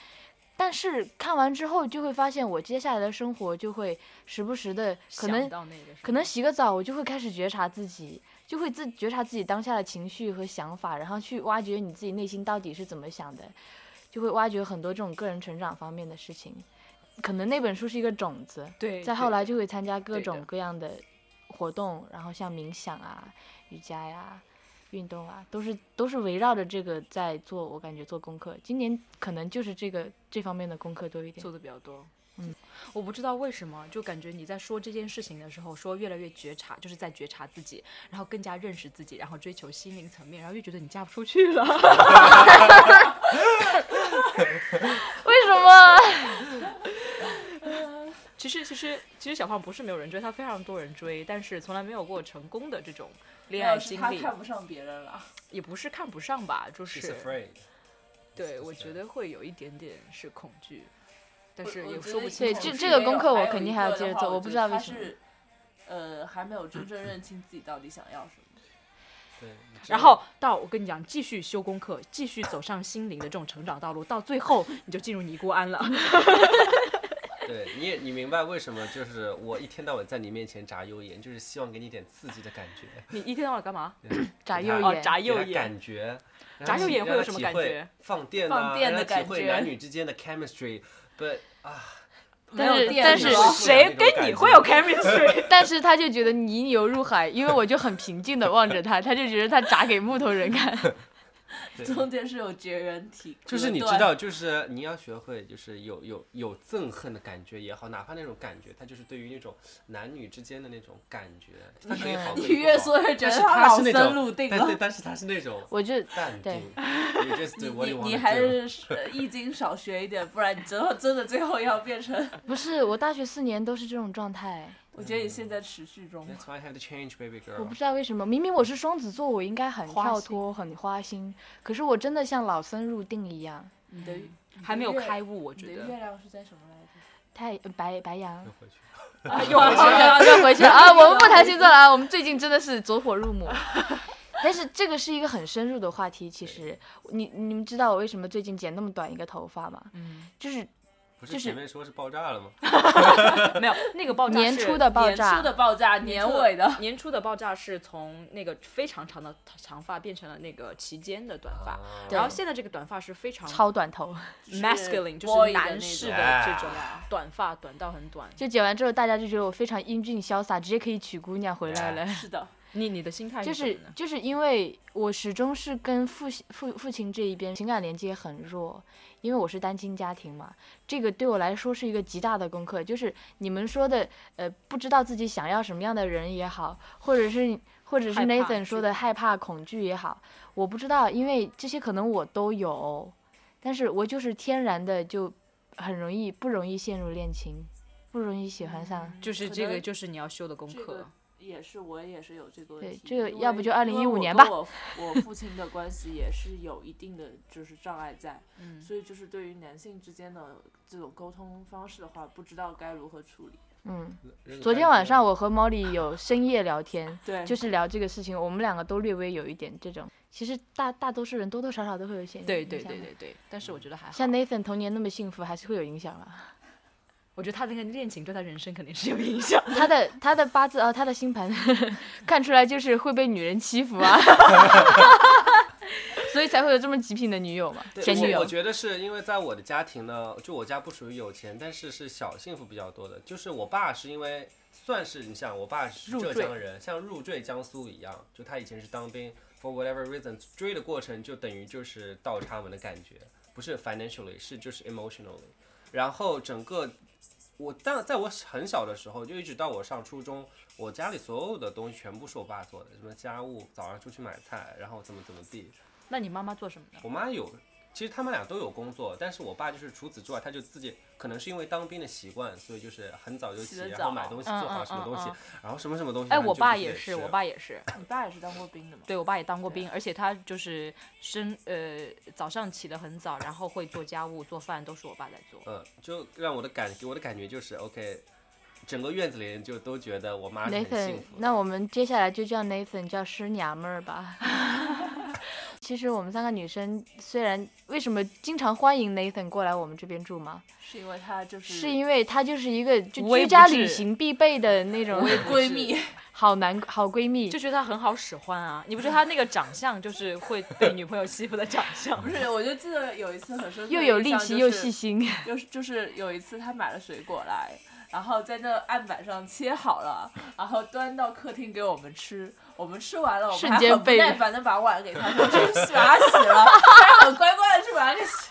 S3: 但是看完之后就会发现，我接下来的生活就会时不时的，可能
S4: 想到那个时
S3: 可能洗个澡，我就会开始觉察自己，就会自觉察自己当下的情绪和想法，然后去挖掘你自己内心到底是怎么想的，就会挖掘很多这种个人成长方面的事情。可能那本书是一个种子，
S4: 候对，
S3: 再后
S4: 对
S3: 来就会参加各
S4: 对的
S3: 种各样的活动，然后像冥想啊、瑜伽呀、运动啊，都是都是围绕着这个在做。我感觉做功课，今年可能就是这个这方面的功课多一点
S4: 做。的比较多。
S3: 嗯，
S4: 我不知道为什么，就感觉你在说这件事情的时候，说越来越觉察，就是在觉察自己，然后更加认识自己，然后追求心灵层面，然后又觉得你嫁不出去了。
S3: 为什么？
S4: 其实，其实，其实小胖不是没有人追，他非常多人追，但是从来没有过成功的这种恋爱
S6: 要是
S4: 经
S6: 他
S4: 历，
S6: 看不上别人了，
S4: 也不是看不上吧，就
S5: She's
S4: 是
S5: afraid。
S4: 对，我觉得会有一点点是恐惧，但
S6: 我
S4: 是
S6: 我
S4: 也
S6: 觉
S4: 说
S6: 得
S4: 不
S6: 一
S4: 清
S3: 对
S4: 楚
S3: 这
S6: 种
S3: 这
S6: 还
S3: 个
S6: 有
S3: 功课我
S6: 有
S3: 肯
S6: 一
S3: 定还
S6: 个
S3: 要
S6: 的
S3: 接着
S6: 话
S3: 做我
S6: 我
S3: 不
S6: 觉
S3: 知
S6: 得
S3: 道为
S6: 他
S3: 什么
S6: 是呃，还没有真正认清自己到底想要什么。
S5: 对。你知
S4: 然
S5: 道
S4: 后到我跟你讲，继续修功课，继续走上心灵的这种成长道路，到最后你就进入尼姑庵了。
S5: 对，你也你明白为什么就是我一天到晚在你面前眨右眼，就是希望给你点刺激的感觉，
S4: 你一天到晚干嘛？
S3: 眨
S5: 给
S3: 右
S5: 他
S4: 哦，
S3: 眼
S4: 眨
S5: 给
S4: 右
S5: 他
S4: 眼。
S5: 感觉。让
S4: 眨
S5: 他
S4: 右
S5: 体
S4: 眼会
S5: 让
S4: 有
S5: 他
S4: 什么
S5: 体
S4: 感
S5: 会
S4: 觉？
S5: 放电
S6: 放
S5: 啊，
S6: 电
S5: 让
S6: 的
S5: 他体
S6: 感
S5: 会
S6: 觉
S5: 男女之间的 chemistry，不啊，
S4: 没
S3: 但
S4: 有
S3: 是
S4: 电
S3: 但
S5: 力
S3: 是
S5: 了
S4: 谁跟你会有 chemistry？
S3: 但是他就觉得泥牛入海，因为我就很平静的望着他，他就觉得他眨给木头人看。
S5: 对
S6: 中间是有绝缘 体，
S5: 就是你
S6: 隔
S5: 知
S6: 断
S5: 道，就是你要学会，就是有有有憎恨的感觉也好，哪怕那种感觉，它就是对于那种男女之间的那种感觉，它可以好。
S6: 嗯你越说越觉
S5: 但
S6: 得
S5: 是
S6: 他
S5: 它
S6: 老
S5: 是那
S6: 僧
S5: 种
S6: 入，定
S5: 但是
S6: 了。
S5: 但是它是那种
S3: 我就
S5: 淡
S3: 对
S5: 定。You just
S6: 你
S5: do what
S6: 你
S5: you
S6: 你
S5: wanna
S6: 还
S5: do
S6: 是呃易经少学一点，不然你真的真的最后要变 成。
S3: 不是我大学四年都是这种状态，
S6: 我觉得你现在持续中，
S5: That's why I have to change, baby
S3: 我
S5: girl
S3: 不。知道为什么，明明我是双子座，我应该很
S4: 嗯花
S3: 跳
S4: 心
S3: 脱、很花心，可是我真的像老僧入定一样，
S6: 你的你
S4: 还没有
S6: 的月
S4: 开悟，我
S6: 你
S4: 觉
S6: 的
S4: 得
S6: 月亮是在什么来着？
S3: 太呃白白羊
S5: 又。回去
S4: 啊又回 去了。
S3: 又回去了啊！我们不谈星座了啊！我们最近真的是走火入 魔。但是这个是一个很深入的话题，其实你你们知道我为什么最近剪那么短一个头发吗？
S4: 嗯，
S3: 就是
S5: 不
S3: 就是
S5: 是前面说是爆炸了吗？
S4: 没有那个爆炸是
S3: 年初的爆
S6: 年初
S3: 炸，
S6: 的爆炸，年尾的。
S4: 年初的爆炸是从那个非常长的长发变成了那个齐肩的短发，
S5: 啊
S3: 对
S4: 然后现在这个短发是非常
S3: 超短头，
S4: masculine，
S6: 是
S4: 就
S6: boy
S4: 是
S6: 的那
S4: 男
S6: 种
S4: 士
S5: 哎
S4: 的这种短发，短到很短。
S3: 就剪完之后大家就觉得我非常英俊潇洒，直接可以娶姑娘回来了。
S6: 是的，
S4: 你你的心态
S3: 就是是
S4: 什么呢
S3: 就是因为我始终是跟父亲父父亲这一边情感连接很弱，因为我是单亲家庭嘛，这个对我来说是一个极大的功课。就是你们说的，呃，不知道自己想要什么样的人也好，或者是或者是
S4: 害怕
S3: Nathan 说的害怕、恐惧也好，我不知道，因为这些可能我都有，但是我就是天然的就很容易不容易陷入恋情，不容易喜欢上。
S4: 就是
S6: 可
S4: 这个
S6: 能
S4: 就是你要修的功
S6: 这个
S4: 课。
S6: 也是我也是有这个问
S3: 对
S6: 题。
S3: 这个
S6: 因
S3: 要
S6: 为
S3: 不就
S6: 因为
S3: 2015
S6: 我
S3: 年
S6: 跟
S3: 吧
S6: 我我父亲的关系也是有一定的就是障碍 在，
S4: 嗯，
S6: 所以就是对于男性之间的这种沟通方式的话，不知道该如何处理。
S3: 嗯，
S5: 扔个
S3: 昨天
S5: 干
S3: 晚
S5: 净
S3: 上我和 Molly 有深夜聊天。
S6: 对，
S5: 哎
S3: 就是聊这个事情，我们两个都略微有一点这种。其实大大多数人多多少少都会有一些
S4: 对
S3: 影
S4: 对
S3: 响
S4: 对
S3: 的
S4: 对对，但是我觉得还好
S3: 像。Nathan 童年那么幸福，还是会有影响 吧。
S4: 我觉得他那个恋情对他人生肯定是有影响。
S3: 他的他的八字啊，他的星盘 看出来就是会被女人欺负 啊， 所以才会有这么极品的女友嘛，
S5: 对
S3: 前女
S5: 我
S3: 友
S5: 我。觉得是因为在我的家庭呢，就我家不属于有钱，但是是小幸福比较多的。就是我爸是因为算是你想，我爸是
S4: 入
S5: 浙
S4: 赘
S5: 江人，像入赘江苏一样，就他以前是当兵，for whatever reason 追的过程就等于就是倒插文的感觉，不是 financially，是就是 emotionally。然后整个我但在我很小的时候，就一直到我上初中，我家里所有的东西全部是我爸做的，什么家务，早上出去买菜，然后怎么怎么地，
S4: 那你妈妈做什 么呢？
S5: 我妈有，其实他们俩都有工作，但是我爸就是除此之外，他就自己可能是因为当兵的习惯，所以就是很早就
S6: 起
S5: 起，
S6: 得
S5: 然后
S6: 早
S5: 买东西
S4: 嗯
S5: 做好
S4: 嗯
S5: 什么
S4: 嗯
S5: 东西
S4: 嗯，
S5: 然后什么什么东西。
S4: 哎，
S5: 然后
S4: 我
S5: 就
S4: 爸
S5: 自己
S4: 也
S5: 吃
S4: 是，我爸也是，
S6: 你爸也是当过兵的嘛？
S4: 对我爸也当过
S6: 对
S4: 兵，而且他就是生呃早上起得很早，然后会做家务、做饭，都是我爸在做。
S5: 嗯，就让我的感给我的感觉就是，OK，整个院子里人就都觉得我妈是很
S3: Nathan，
S5: 幸福的。
S3: 那我们接下来就叫 Nathan 叫师娘们儿吧。 其实我们三个女生虽然为什么经常欢迎 Nathan 过来我们这边住吗？
S6: 是因为她就是
S3: 因为她就是一个就
S4: 无微
S3: 居
S4: 嗯不
S3: 家
S4: 至
S3: 旅行必备的那种
S6: 闺蜜，
S3: 好男好闺蜜
S4: 就。觉得他很好使唤啊！你不觉得他那个长相就是会被女朋友欺负的长相
S6: 不？是，我就记得有一次很深刻的印象、就
S3: 又
S6: 是，
S3: 有力气又细心，
S6: 又是就是有一次他买了水果来，然后在那案板上切好了，然后端到客厅给我们吃。我们吃完了，我们
S3: 瞬
S6: 还
S3: 间
S6: 很不
S3: 被
S6: 耐烦的把碗给他说：“去把它洗了。”他很乖乖的去把它给洗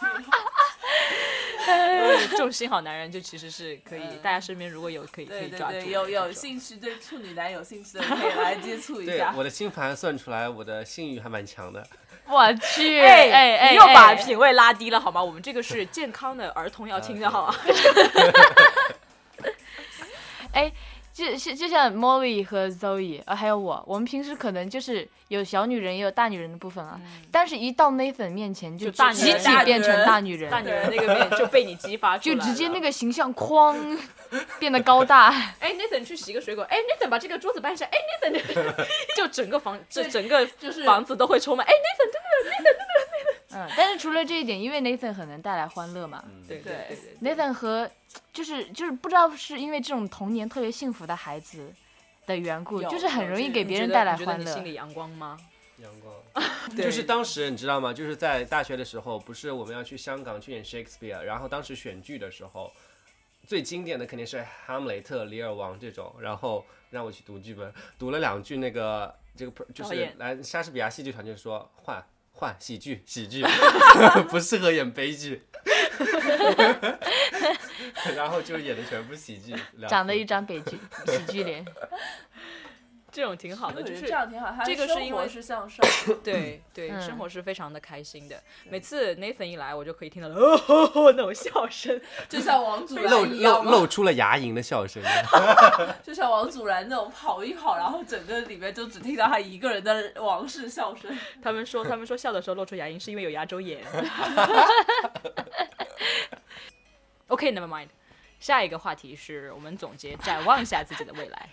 S6: 了。
S4: 就是这种新好男人就其实是可以，
S6: 嗯
S4: 大家身边如果有可以可
S6: 对
S4: 以
S6: 对
S4: 抓住
S6: 对，有
S4: 的
S6: 有
S4: 这种
S6: 兴趣对处女男有兴趣的可以来接触一
S5: 对
S6: 下，。
S5: 我的星盘算出来，我的性欲还蛮强的。
S3: 我去，
S4: 哎
S3: 哎哎，
S4: 你又把
S3: 哎
S4: 品味拉低了好吗？我们这个 是健康的儿童要听啊的好吗？
S3: 就就就像 Molly 和 Zoe，呃，还有我，我们平时可能就是有小女人也有大女人的部分啊，但是一到 Nathan 面前就
S4: 嗯就大女
S3: 集
S4: 人
S3: 体
S4: 大
S6: 女
S3: 变成
S6: 人
S3: 大女人，
S4: 大女人那个面就被你激 发出
S3: 就
S4: 来
S3: 直接
S4: 了
S3: 那个形象哐 变得高大，
S4: 哎，Nathan 去洗个水果，哎，Nathan 把这个桌子搬一下，哎，Nathan 就整个房这整个
S6: 就是
S4: 房子都会充满，哎，Nathan 真的
S3: 嗯，但是除了这一点，因为 Nathan 很能带来欢乐嘛
S4: 对对对对对，
S3: ，Nathan 和就是就是不知道是因为这种童年特别幸福的孩子的缘故，
S6: 有
S3: 就是很
S6: 有
S3: 容易
S6: 这
S3: 给
S6: 个
S3: 别
S4: 你
S3: 人
S4: 觉
S3: 带
S4: 得
S3: 来
S4: 你觉得
S3: 欢
S4: 你
S3: 乐
S4: 心，里阳光吗？
S5: 阳 光，就是当时你知道吗？就是在大学的时候，不是我们要去香港去演 Shakespeare，然后当时选剧的时候，最经典的肯定是《哈姆雷特》《李尔王》这种，然后让我去读剧本，读了两句那个这个就
S4: 导
S5: 是
S4: 演
S5: 来莎士比亚戏剧团就说换换喜剧 喜剧，不适合演悲剧。 然后就演的全部喜剧，两
S3: 长得
S5: 部
S3: 一张北剧喜剧 脸，
S4: 这种挺好的，
S6: 我
S4: 就
S6: 觉得
S4: 是
S6: 这样挺好。他
S4: 这个是
S6: 生
S4: 因
S6: 活
S4: 为
S6: 是向上的，
S4: 对对，
S3: 嗯
S4: 生活是非常的开心的。每次 Nathan 一来，我就可以听到了哦吼吼那种笑声，
S6: 就像王祖
S5: 露
S6: 蓝
S5: 露
S6: 一样嘛，
S5: 露出了牙龈的笑 声。
S6: 就像王祖蓝那种跑一跑，然后整个里面就只听到他一个人的王室笑声。
S4: 他们说，他们说笑的时候露出牙龈是因为有牙周炎。OK，never、mind。下一个话题是我们总结展望一下自己的未来。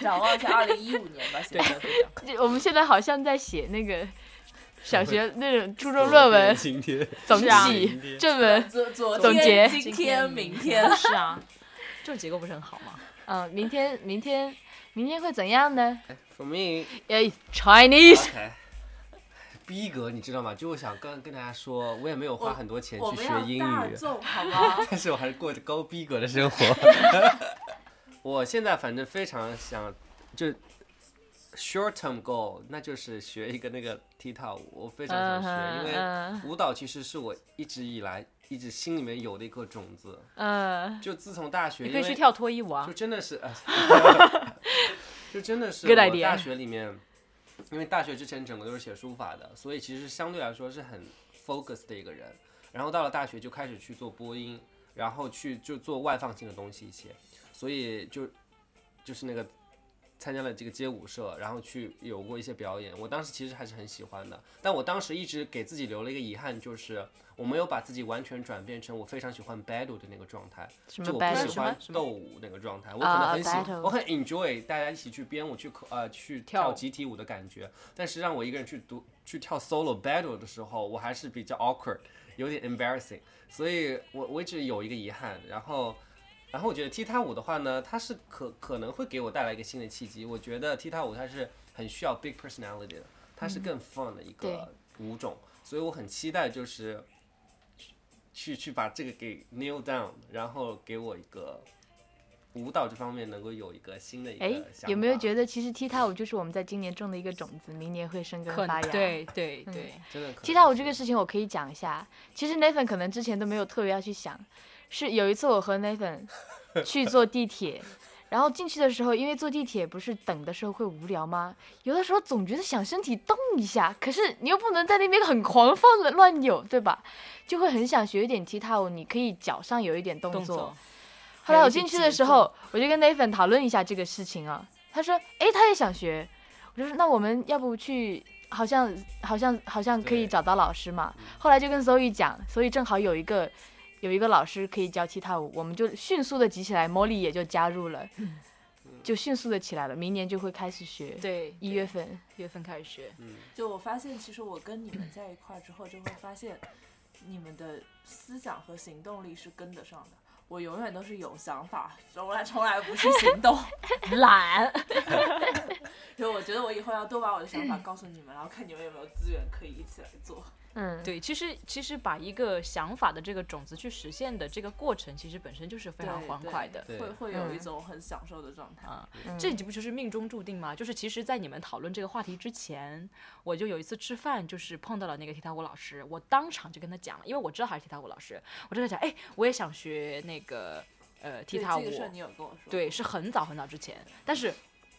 S6: 展望一下二零一五年吧，现
S4: 对
S6: 在
S4: 的，对的。
S3: 这我们现在好像在写那个小学那种初中论文
S5: 今天
S3: 总
S4: 是啊，
S3: 体正文。
S6: 昨昨
S3: 总
S6: 天
S3: 结
S6: 今天、明天
S4: 是啊，这种结构不是很好吗？
S3: 嗯，明天明天明天会怎样呢？
S5: For me，
S3: 呃，Chinese，
S5: OK，逼格你知道吗？就我想跟跟大家说，我也没有花很多钱
S6: 我
S5: 去
S6: 们
S5: 学
S6: 要
S5: 英
S6: 大
S5: 语，
S6: 众好吗？
S5: 但是我还是过着高逼格的生活。我现在反正非常想，就是 short term goal，那就是学一个那个踢踏舞，我非
S3: 嗯
S5: 常想学，
S3: 哼
S5: 因
S3: 嗯
S5: 为舞蹈其实是我一直以来一直心里面有的一颗种子。
S3: 嗯
S5: 就自从大学，
S4: 你可以
S5: 因为
S4: 去跳脱衣舞啊
S5: 就。真的是， 呃就真的是
S3: Good
S5: 我
S3: idea
S5: 大学里面，因为大学之前整个都是写书法的，所以其实相对来说是很 focus 的一个人。然后到了大学就开始去做播音，然后去就做外放性的东西一些，所以就就是那个参加了这个街舞社，然后去有过一些表演。我当时其实还是很喜欢的，但我当时一直给自己留了一个遗憾，就是我没有把自己完全转变成我非常喜欢 battle 的那个状态。
S3: 什
S5: 就
S3: 么
S5: 我不
S3: battle？
S5: 喜欢斗舞那个状态，我可
S3: 啊
S5: 能
S3: 啊
S5: 很喜，
S3: battle
S5: 我很 enjoy 大家一起去编舞、去呃去
S4: 跳
S5: 跳
S4: 舞
S5: 集体舞的感觉。但是让我一个人去独去跳 solo battle 的时候，我还是比较 awkward，有点 embarrassing，所以我我一直有一个遗憾。然后，然后我觉得踢踏舞的话呢，它是可可能会给我带来一个新的契机。我觉得踢踏舞它是很需要 big personality 的，它是更 fun 的一
S3: 嗯对
S5: 个舞种，所以我很期待就是。去去把这个给 nail down，然后给我一个舞蹈这方面能够有一个新的一个
S3: 哎
S5: 想，法。
S3: 有没有觉得其实踢踏舞就是我们在今年种的一个种子，明年会生根
S4: 可
S3: 发芽？。嗯
S4: 对对对，
S5: 真的可能
S3: 踢踏舞这个事情我可以讲一下，其实 Nathan 可能之前都没有特别要去想，是有一次我和 Nathan 去坐地铁。然后进去的时候，因为坐地铁不是等的时候会无聊吗？有的时候总觉得想身体动一下，可是你又不能在那边很狂放的乱扭，对吧？就会很想学一点踢踏舞，你可以脚上有一点动
S4: 动
S3: 作，
S4: 作
S3: 后来我进去的时候，我就跟 Nathan 讨论一下这个事情啊。他说：“诶，他也想学。”我就说：“那我们要不去？好像好像好像可以
S5: 对
S3: 找到老师
S4: 嗯
S3: 嘛。”后来就跟 Zoe 讲，Zoe 正好有一个有一个老师可以教踢踏舞，我们就迅速的集起来，Molly 也就加入了。就迅速的起来了，明年就会开始学。，
S4: 嗯对，
S3: 一月份
S4: 一月份开始学，
S6: 就我发现，其实我跟你们在一块儿之后，就会发现你们的思想和行动力是跟得上的。我永远都是有想法，从来从来不是行 动。
S4: 懒，
S6: 所以我觉得我以后要多把我的想
S5: 嗯
S6: 法告诉你们，然后看你们有没有资源可以一起来做。
S3: 嗯，
S4: 对，其实其实把一个想法的这个种子去实现的这个过程，其实本身就是非常
S6: 对
S4: 欢
S6: 对
S4: 快的。
S5: 对
S6: 会会有一
S3: 嗯
S6: 种很享受的状态。
S4: 啊，这不就是命中注定吗？就是其实，在你们讨论这个话题之前，我就有一次吃饭，就是碰到了那个踢踏舞老师，我当场就跟他讲了，因为我知道他是踢踏舞老师，我就跟他讲，哎，我也想学那个呃踢
S6: 对
S4: 踏
S6: 这
S4: 舞
S6: 个，事儿你有跟我说，，
S4: 对，是很早很早之前，但是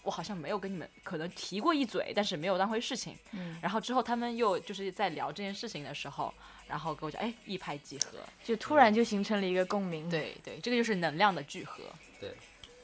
S4: 我好像没有跟你们可能提过一嘴，但是没有当回事情。
S3: 嗯
S4: 然后之后他们又就是在聊这件事情的时候，然后跟我讲，哎，一拍即合。
S3: 就突然就形成了一个共鸣。，
S4: 对对，这个就是能量的聚合。
S5: 对，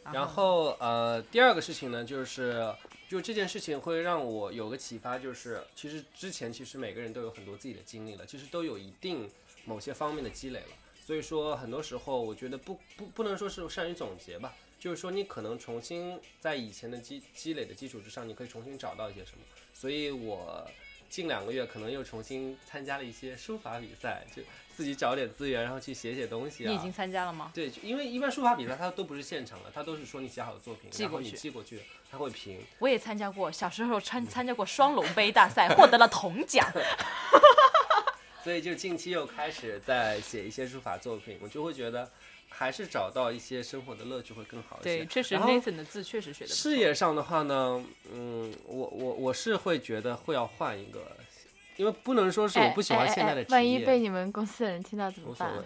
S4: 啊
S5: 然后呃，第二个事情呢，就是就这件事情会让我有个启发，就是其实之前其实每个人都有很多自己的经历了，其实都有一定某些方面的积累了。所以说，很多时候我觉得不不不能说是善于总结吧，就是说你可能重新在以前的积积累的基础之上，你可以重新找到一些什么。所以我近两个月可能又重新参加了一些书法比赛，就自己找点资源，然后去写写东西啊。
S4: 你已经参加了吗？
S5: 对，就因为一般书法比赛它都不是现场的，它都是说你写好的作品，
S4: 寄
S5: 然后
S4: 过
S5: 你
S4: 去
S5: 寄过去，它会评。
S4: 我也参加过，小时候参参加过双龙杯大赛，获得了铜奖。
S5: 所以就近期又开始在写一些书法作品，我就会觉得还是找到一些生活的乐趣会更好一些。
S4: 对，确实
S5: 然后
S4: Nathan 的字确实学的
S5: 事业上的话呢，嗯，我我我是会觉得会要换一个，因为不能说是
S4: 哎
S5: 我不喜欢
S3: 哎
S5: 现在的职业，
S3: 万一被你们公司的人听到怎
S5: 无
S3: 么
S5: 所
S3: 办啊
S5: 谓？。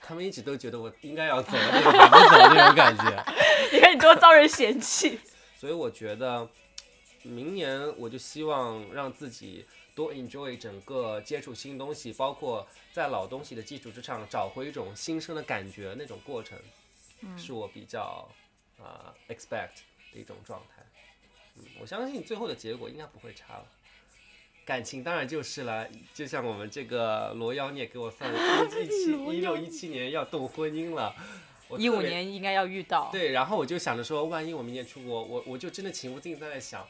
S5: 他们一直都觉得我应该要走的那个还没走的那种感觉。
S4: 你看你多遭人嫌弃。
S5: 所以我觉得，明年我就希望让自己多 enjoy 整个接触新东西，包括在老东西的基础之上，找回一种新生的感觉，那种过程，
S4: 嗯
S5: 是我比较啊、呃 expect 的一种状态。嗯，我相信最后的结果应该不会差了。感情当然就是了，就像我们这个罗妖，你也给我算了， 一七一六一七年要动婚姻了， 我特
S4: 一五
S5: 别
S4: 年应该要遇到。
S5: 对，然后我就想着说，万一我明年出国，我我就真的情不自禁在那想，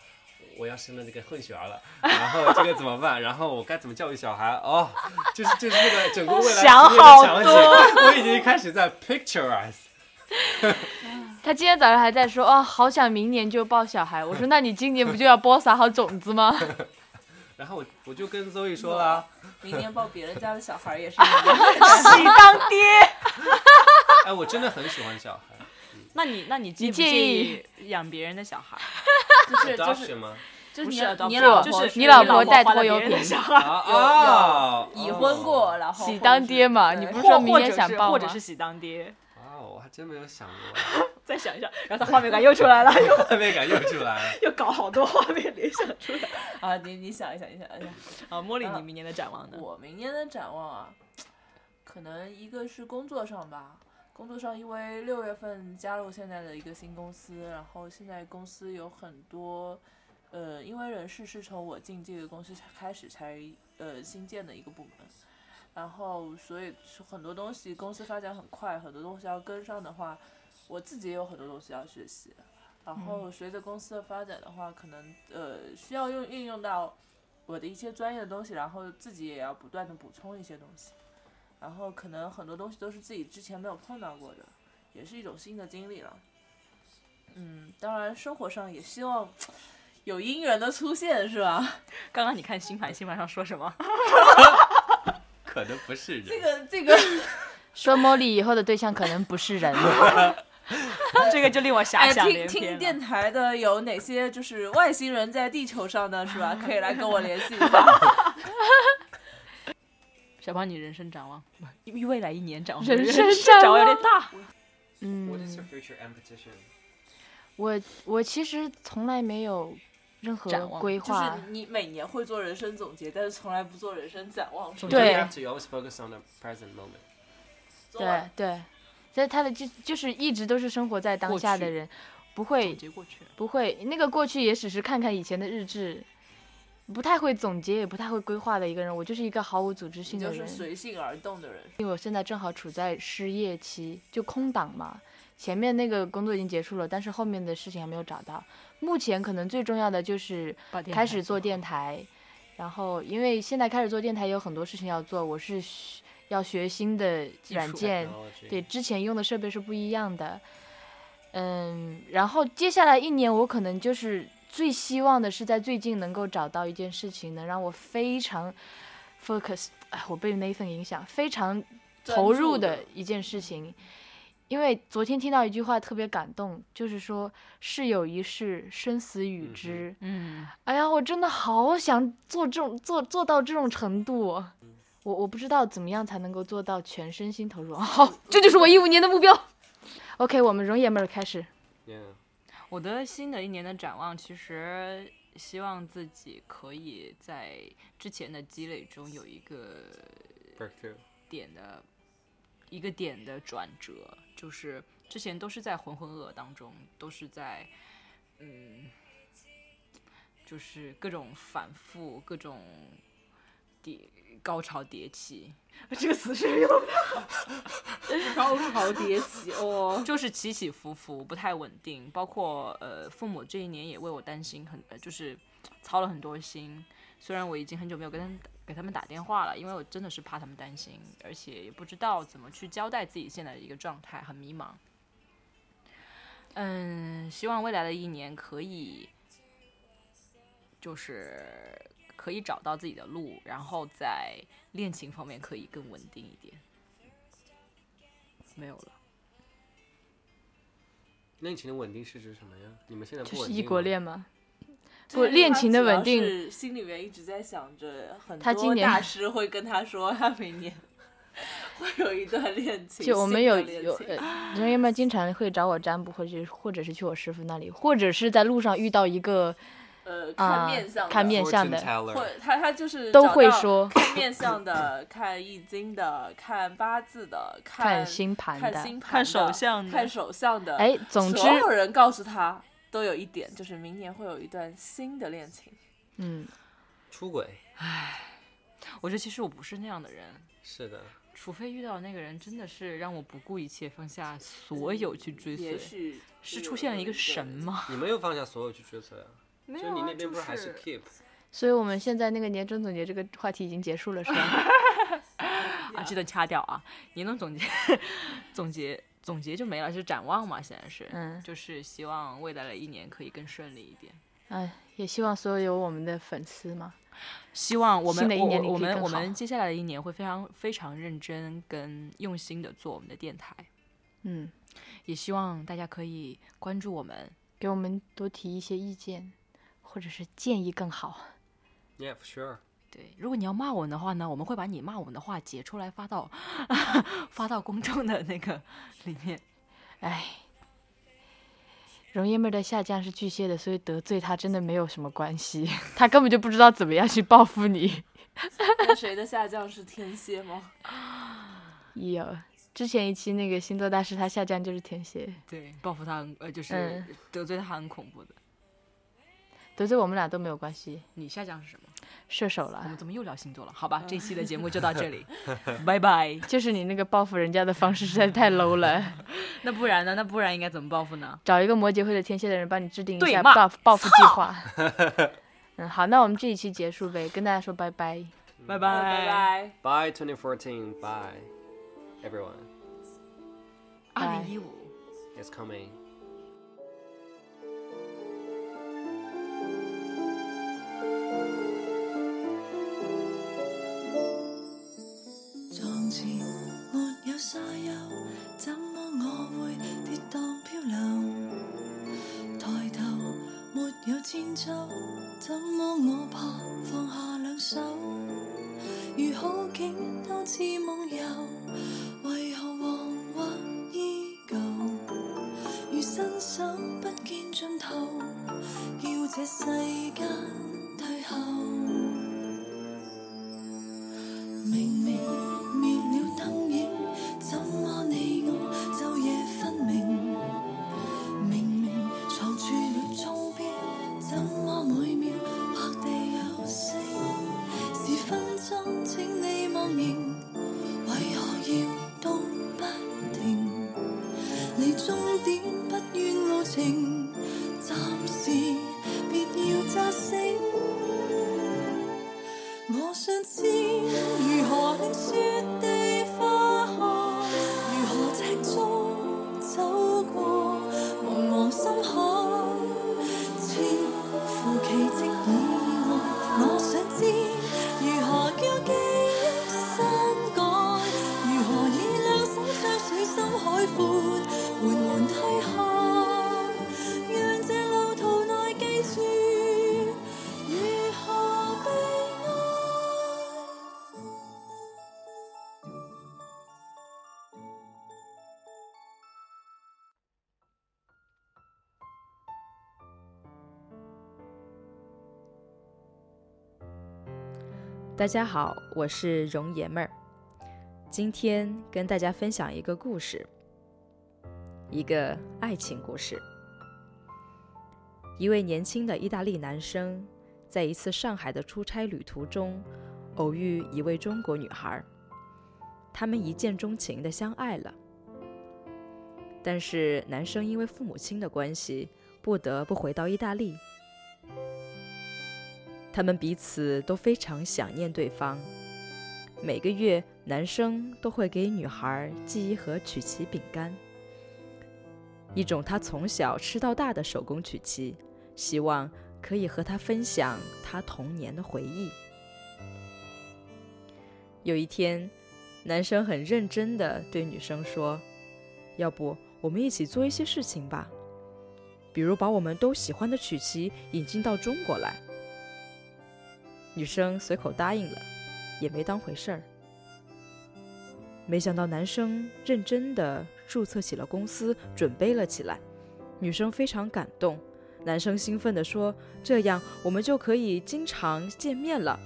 S5: 我要生了这个混血儿了，然后这个怎么办？然后我该怎么教育小孩？哦，就是就是这个整个未来
S4: 想
S5: 职业的
S4: 好
S5: 场景
S4: 多
S5: 我已经开始在 picturize。
S3: 他今天早上还在说，哦，好想明年就抱小孩。我说，那你今年不就要播撒好种子 吗？
S5: 然后我我就跟 Zoe 说了，
S6: 明年抱别人家的小孩儿也是一样。
S4: 喜当爹。
S5: 哎，我真的很喜欢小孩。
S4: 那你那你介不
S3: 介
S4: 介
S3: 意
S4: 意养别人的小孩？
S5: 是就是吗？
S6: 就
S4: 不
S6: 是你
S4: 是
S6: 你
S4: 你
S6: 老
S4: 就
S6: 婆
S4: 是
S6: 是
S3: 你老
S6: 有
S3: 婆带
S4: 花了
S3: 拖油
S4: 别人的
S3: 瓶
S4: 小孩，
S5: 啊啊！
S6: 已婚过，然后
S3: 喜当爹嘛，
S6: 对
S3: 你不是说
S4: 或
S3: 明
S4: 或
S3: 年
S4: 者
S3: 想
S4: 是
S3: 抱
S4: 或
S3: 吗
S4: 者？是喜当爹。
S5: 哇哦，我还真没有想过，
S4: 再想一想，然后他画面感又出来了， 又
S5: 画面感又出来了。
S4: 又搞好多画面联想出来。
S6: 啊，你你想一想，你想一想，
S4: 啊，茉莉，
S6: 啊
S4: 你明年的展望呢？
S6: 我明年的展望啊，可能一个是工作上吧，工作上因为六月份加入现在的一个新公司，然后现在公司有很多，呃，因为人事是从我进这个公司才开始才呃新建的一个部门，然后所以是很多东西公司发展很快，很多东西要跟上的话，我自己也有很多东西要学习。然后随着公司的发展的话，可能呃需要用运用到我的一些专业的东西，然后自己也要不断的补充一些东西，然后可能很多东西都是自己之前没有碰到过的，也是一种新的经历了。嗯，当然生活上也希望有姻缘的出现，是吧？
S4: 刚刚你看星盘，星盘上说什 么？
S5: 可能不是人，
S6: 这个这个
S3: 说茉莉以后的对象可能不是人，
S4: 这个就令我遐
S6: 哎，
S4: 想
S6: 听
S4: 连
S6: 听
S4: 篇
S6: 电
S4: 了。
S6: 台的有哪些就是外星人在地球上呢？是吧？可以来跟我联系一下。
S4: 小胖，你人生展望，不未来一年展望，
S3: 人生
S4: 展
S3: 展
S4: 望
S3: 望
S4: 有点大。
S3: 嗯，
S5: What is your future ambition？
S3: 我我其实从来没有任何
S4: 展望
S3: 规
S6: 就
S3: 划，
S6: 是你每年会做人生总结，但是从来不做人生展望，是吧？
S3: 对
S5: You have to always focus on the present moment.
S6: 做完
S3: 对对，所以他的就就是一直都是生活在当
S4: 过
S3: 下的
S4: 去
S3: 人，不会
S4: 总结过去了，
S3: 不会，那个过去也只是看看以前的日志，不太会总结，也不太会规划的一个人。我就是一个毫无组织
S6: 你
S3: 性的
S6: 就
S3: 人
S6: 是，随性而动的人。
S3: 因为我现在正好处在失业期，就空档嘛。前面那个工作已经结束了，但是后面的事情还没有找到。目前可能最重要的就是
S4: 把电
S3: 开
S4: 台
S3: 始做电台，然后因为现在开始做电台也有很多事情要做，我是需要学新的
S4: 技
S3: 软
S4: 术哎
S3: 件，
S5: Technology
S3: 对，之前用的设备是不一样的。嗯，然后接下来一年，我可能就是最希望的是在最近能够找到一件事情，能让我非常 focus。哎，我被 Nathan 影响，非常投入的一件事情。因为昨天听到一句话特别感动，就是说“世有一事，生死与
S5: 嗯哼
S3: 之”
S4: 嗯，
S3: 哎呀，我真的好想做这种做做到这种程度哦、我我不知道怎么样才能够做到全身心投入。啊好，这就是我一五年的目标。OK，我们容爷们儿开始。
S5: 嗯
S4: 我的新的一年的展望，其实希望自己可以在之前的积累中有一个
S5: ，breakthrough，
S4: 点的一个点的转折，就是之前都是在浑浑噩噩当中，都是在嗯，就是各种反复，各种迭高潮迭起，
S2: 这个词是不是用的好？高潮迭起哦，
S4: 就是起起伏伏，不太稳定。包括呃，父母这一年也为我担心，很呃就是操了很多心。虽然我已经很久没有跟他们给他们打电话了，因为我真的是怕他们担心，而且也不知道怎么去交代自己现在的一个状态，很迷茫。嗯，希望未来的一年可以，就是可以找到自己的路，然后在恋情方面可以更稳定一点。没有了。
S5: 恋情的稳定是指什么呀？你们现在不
S3: 就是
S5: 稳定
S3: 异国
S5: 吗
S3: 恋吗？
S6: 这
S3: 不
S6: 个
S3: 恋
S6: 他
S3: 情的
S6: 主要
S3: 稳定
S6: 是心里面一直在想着，很
S3: 他
S6: 多
S3: 今年
S6: 大师会跟他说，他每年 会有一段恋 情，
S3: 就我们
S6: 新的
S3: 有
S6: 恋
S3: 有
S6: 情
S3: 呃，容爷们儿经常会找我占卜，或者或者是去我师傅那里，或者是在路上遇到一个
S6: 呃
S3: 啊、
S6: 看面相的，
S3: 看面相
S5: Fortune
S3: 的，
S6: 或
S5: teller，
S6: 他他就是
S3: 都
S6: 找
S3: 会
S6: 到
S3: 说
S6: 看面相的，看易经的，看八字的，
S3: 看
S6: 看
S3: 星盘
S6: 看
S3: 的。
S6: 星盘
S4: 看手
S6: 的
S4: 相的
S6: 看手相的，
S3: 哎，总之
S6: 所，有人告诉他都有一点，就是明年会有一段新的恋情。
S3: 嗯，
S5: 出轨，
S4: 我觉得其实我不是那样的人，
S5: 是的，
S4: 除非遇到那个人真的是让我不顾一切放下所有去追
S6: 也
S4: 随，
S6: 许
S4: 是出现了一个神？
S3: 哦
S4: 吗？
S5: 你没有放下所有去追随啊，
S4: 没
S5: 就你那边不是还是 keep，
S3: 所以我们现在那个年终总结这个话题已经结束了，是 吧？
S4: 啊，这段掐掉啊，年终总结，总结总结就没了，是展望嘛，现在是，
S3: 嗯
S4: 就是希望未来的一年可以更顺利一点。
S3: 哎，也希望所有我们的粉丝嘛，
S4: 希望我们
S3: 新的一年
S4: 我我
S3: 你可以
S4: 们
S3: 更
S4: 我
S3: 好
S4: 们接下来的一年会非常非常认真跟用心的做我们的电台，
S3: 嗯，
S4: 也希望大家可以关注我们。
S3: 给我们多提一些意见，或者是建议更好。
S5: Yeah, for sure.
S4: 对，如果你要骂我们的话呢，我们会把你骂我们的话截出来发到 发到公众的那个里面。
S3: 哎，容爷们儿的下降是巨蟹的，所以得罪他真的没有什么关系， 他根本就不知道怎么样去报复你。
S6: 那谁的下降是天蝎吗？
S3: 有之前一期那个星座大师，他下降就是天蝎，
S4: 对，报复他很呃，就是
S3: 嗯
S4: 得罪他很恐怖的。
S3: 得罪我们俩都没有关系，
S4: 你下降是什么？
S3: 射手
S4: 我们
S3: 了。
S4: 怎么又聊星座了？好吧，这一期的节目就到这 里，拜拜。
S3: 就是你那个报复人家的方式实在太 low 了，
S4: 那不然呢？那不然应该怎么报复呢？
S3: 找一个摩羯或者天蝎的人帮你制定一
S4: 对
S3: 下
S4: 骂
S3: 报报复计划。 嗯，好，那我们这一期结束呗，跟大家说拜拜。
S4: 拜
S6: 拜
S5: Bye
S6: 拜。
S5: 2014. Bye, everyone.
S4: 二零一五。
S5: It's coming.
S8: 明，為何搖動不停？你終
S7: 我想知如何令雪地花开，如何赤足走过茫茫深海，似乎奇迹以外。我想知如何叫記憶刪改，如何以兩手將水深海闊緩緩推開，讓這路途內記住如何被愛。
S8: 大家好，我是容爷们儿，今天跟大家分享一个故事，一个爱情故事。一位年轻的意大利男生，在一次上海的出差旅途中，偶遇一位中国女孩儿，他们一见钟情的相爱了。但是男生因为父母亲的关系，不得不回到意大利，他们彼此都非常想念对方。每个月，男生都会给女孩寄一盒曲奇饼干，一种他从小吃到大的手工曲奇，希望可以和她分享他童年的回忆。有一天，男生很认真地对女生说：“要不我们一起做一些事情吧，比如把我们都喜欢的曲奇引进到中国来。”女生随口答应了，也没当回事儿。没想到男生认真的注册起了公司，准备了起来。女生非常感动，男生兴奋地说：“这样我们就可以经常见面了。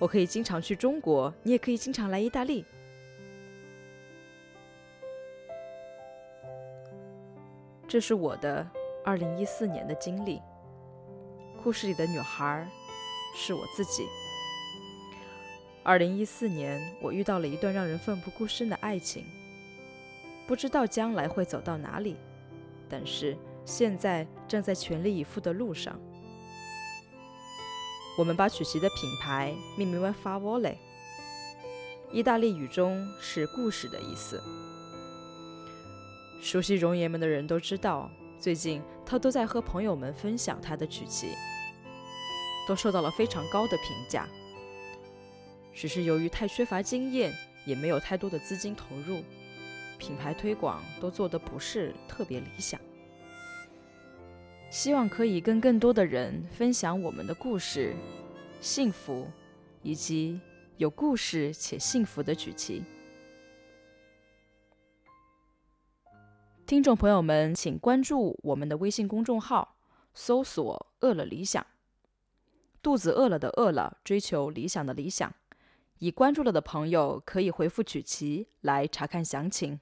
S8: 我可以经常去中国，你也可以经常来意大利。”这是我的二零一四年的经历。故事里的女孩儿是我自己。二零一四年，我遇到了一段让人奋不顾身的爱情，不知道将来会走到哪里，但是现在正在全力以赴的路上。我们把曲奇的品牌命名为 Favole，意大利语中是“故事”的意思。熟悉容爷们的人都知道，最近他都在和朋友们分享他的曲奇。都受到了非常高的评价。只是由于太缺乏经验，也没有太多的资金投入，品牌推广都做得不是特别理想。希望可以跟更多的人分享我们的故事、幸福，以及有故事且幸福的曲奇。听众朋友们，请关注我们的微信公众号，搜索“饿了理想”。肚子饿了的饿了，追求理想的理想。已关注了的朋友可以回复曲奇来查看详情。